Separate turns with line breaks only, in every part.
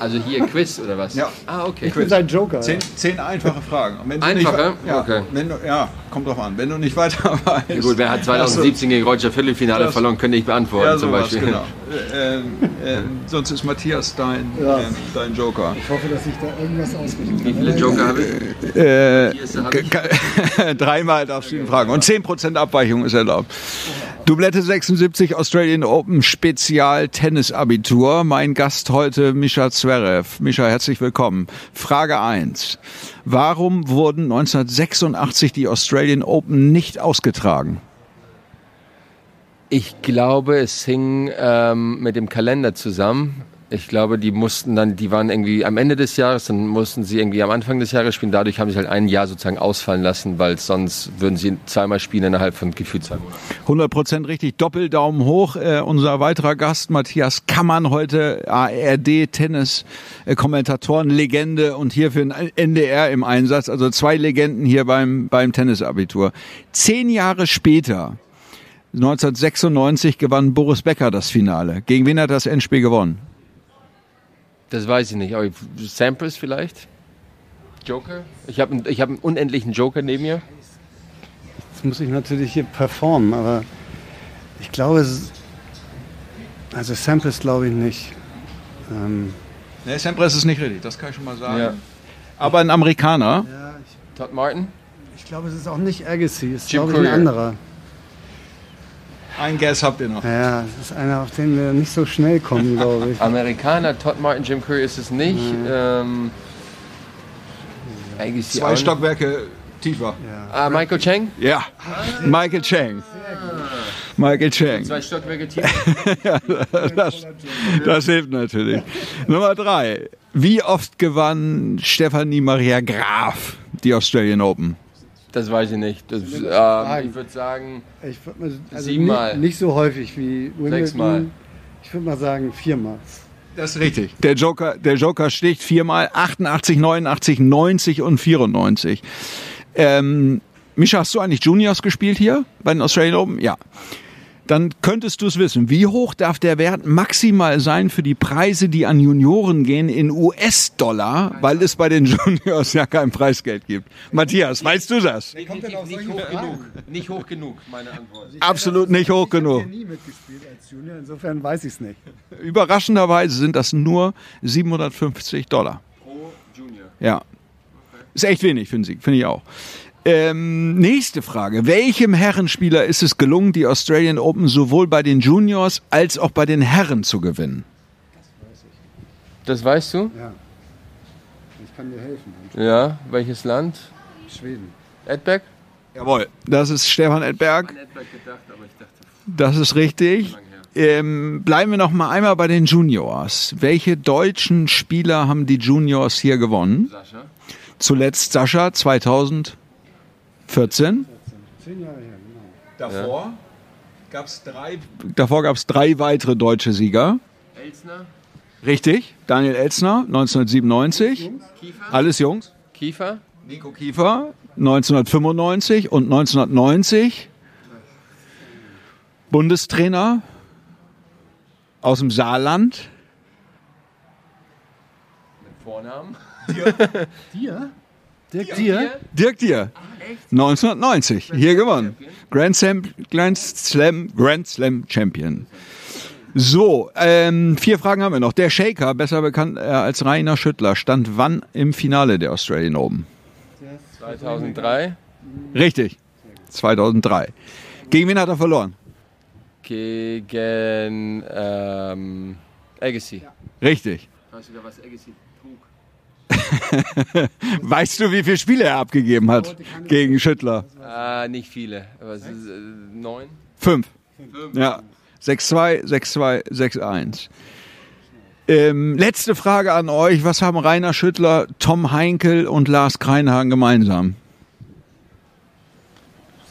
Also hier Quiz oder was?
Ja.
Ah, okay.
Quiz.
Sein Joker.
Zehn, zehn einfache Fragen. Und wenn du
Einfache?
Nicht, ja,
Okay.
wenn du, ja, kommt drauf an. Wenn du nicht weiter weißt.
Ja, gut, wer hat
Ach
2017 gegen Roger Viertelfinale
Das-
verloren, könnte ich
so,
beantworten
ja,
zum
sowas,
Beispiel.
genau. Äh, ähm, ähm, sonst ist Matthias dein,
Ja.
ähm, dein Joker.
Ich hoffe, dass ich da irgendwas ausrichten kann.
Wie viele Joker habe ich?
Äh,
Hier ist der- hab
k-
ich.
k- Dreimal darfst du ihn fragen. Und 10% Abweichung ist erlaubt. Doublette 76 Australian Open Spezial Tennis Abitur. Mein Gast heute Mischa Zverev. Mischa, herzlich willkommen. Frage 1. Warum wurden 1986 die Australian Open nicht ausgetragen?
Ich glaube, es hing ähm, mit dem Kalender zusammen. Ich glaube, die mussten dann, die waren irgendwie am Ende des Jahres, dann mussten sie irgendwie am Anfang des Jahres spielen. Dadurch haben sie halt ein Jahr sozusagen ausfallen lassen, weil sonst würden sie zweimal spielen innerhalb von gefühlt zwei Monaten.
100% richtig. Doppeldaumen hoch. Äh, unser weiterer Gast, Matthias Kammern, heute ARD-Tennis-Kommentatoren, Legende und hier für den NDR im Einsatz. Also zwei Legenden hier beim, beim Tennisabitur. Zehn Jahre später, 1996, gewann Boris Becker das Finale. Gegen wen hat das Endspiel gewonnen?
Das weiß ich nicht. Aber Samples vielleicht? Joker? Ich habe ich hab einen unendlichen Joker neben mir.
Jetzt muss ich natürlich hier performen, aber ich glaube, es- also Samples glaube ich nicht. Ähm,
Nee, Sampras ist nicht richtig, das kann ich schon mal sagen.
Ja.
Aber ein Amerikaner.
ja, ich,
Todd Martin?
ich glaube, es ist auch nicht Agassi, es ist
Jim
glaube ich ein
Courier.
anderer.
Ein Guess habt ihr noch.
Ja, es ist einer, auf den wir nicht so schnell kommen, glaube ich.
Amerikaner, Todd Martin, Jim Curry ist es nicht. Ähm, eigentlich die
Zwei
anderen-
Stockwerke tiefer.
Ah, Michael Chang?
Ja, Michael Chang. Michael Chang.
Zwei Stockwerke tief.
Das, das hilft natürlich. Nummer drei. Wie oft gewann Stefanie Maria Graf die Australian Open?
Das weiß ich nicht. Das,
wir fragen.
ähm, ich würde sagen,
Ich würd mal- also
Siebenmal.
Nicht, nicht so häufig wie Wimbledon.
Sechsmal.
Ich würde mal sagen viermal.
Das ist richtig. Der Joker, der Joker sticht viermal 88, 89, 90 und 94. Ähm, Mischa, hast du eigentlich Juniors gespielt hier bei den Australian Open? Ja. Dann könntest du es wissen. Wie hoch darf der Wert maximal sein für die Preise, die an Junioren gehen in US-Dollar, weil es bei den Juniors ja kein Preisgeld gibt? Matthias, weißt du das?
definitiv nicht hoch genug. Nicht hoch genug, meine Antwort.
Absolut nicht hoch genug.
Ich habe nie mitgespielt als Junior, insofern weiß ich es nicht.
Überraschenderweise sind das nur 750 Dollar.
Pro Junior.
Ja. Ist echt wenig, finde ich, finde ich auch. Ähm, nächste Frage. Welchem Herrenspieler ist es gelungen, die Australian Open sowohl bei den Juniors als auch bei den Herren zu gewinnen?
Das weißt du?
Ja. Ich kann dir helfen.
Ja. Welches Land?
Schweden.
Edberg?
Jawohl. Das ist Stefan Edberg.
Edberg gedacht, aber ich dachte.
Das ist richtig. Ähm, bleiben wir noch mal einmal bei den Juniors. Welche deutschen Spieler haben die Juniors hier gewonnen?
Sascha?
Zuletzt Sascha 2014.
Zehn Jahre her, genau.
Davor gab es drei. Davor gab es drei weitere deutsche Sieger.
Elsner?
Richtig. Daniel Elzner 1997.
Kiefer?
Alles Jungs.
Kiefer?
Nico Kiefer 1995 und 1990. Bundestrainer aus dem Saarland.
Mit Vornamen?
Dir? Dirk Dir?
Dirk Dier. 1990. Hier gewonnen. Grand Slam, Grand Slam, Grand Slam Champion. So, ähm, vier Fragen haben wir noch. Der Shaker, besser bekannt äh, als Rainer Schüttler, stand wann im Finale der Australian Open?
2003?
Richtig. 2003. Gegen wen hat er verloren?
Gegen ähm, Agassi.
Richtig.
Weißt du, was Agassi trug?
Weißt du, wie viele Spiele er abgegeben hat gegen Schüttler?
Ah, nicht viele. Aber es ist, äh, neun?
Fünf. Ja. 6-2, 6-2, 6-1. Ähm, letzte Frage an euch. Was haben Rainer Schüttler, Tom Heinkel und Lars Kreinhagen gemeinsam?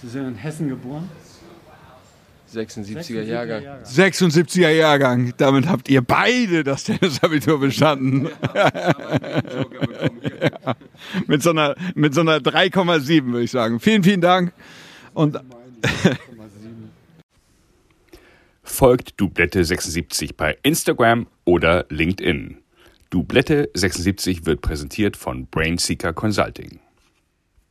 Sie sind in Hessen geboren.
76er Jahrgang.
76er Jahrgang. Damit habt ihr beide das Tennisabitur bestanden. mit so einer, mit so einer 3,7 würde ich sagen. Vielen, vielen Dank. Und
folgt Dublette76 bei Instagram oder LinkedIn. Dublette 76 wird präsentiert von Brainseeker Consulting.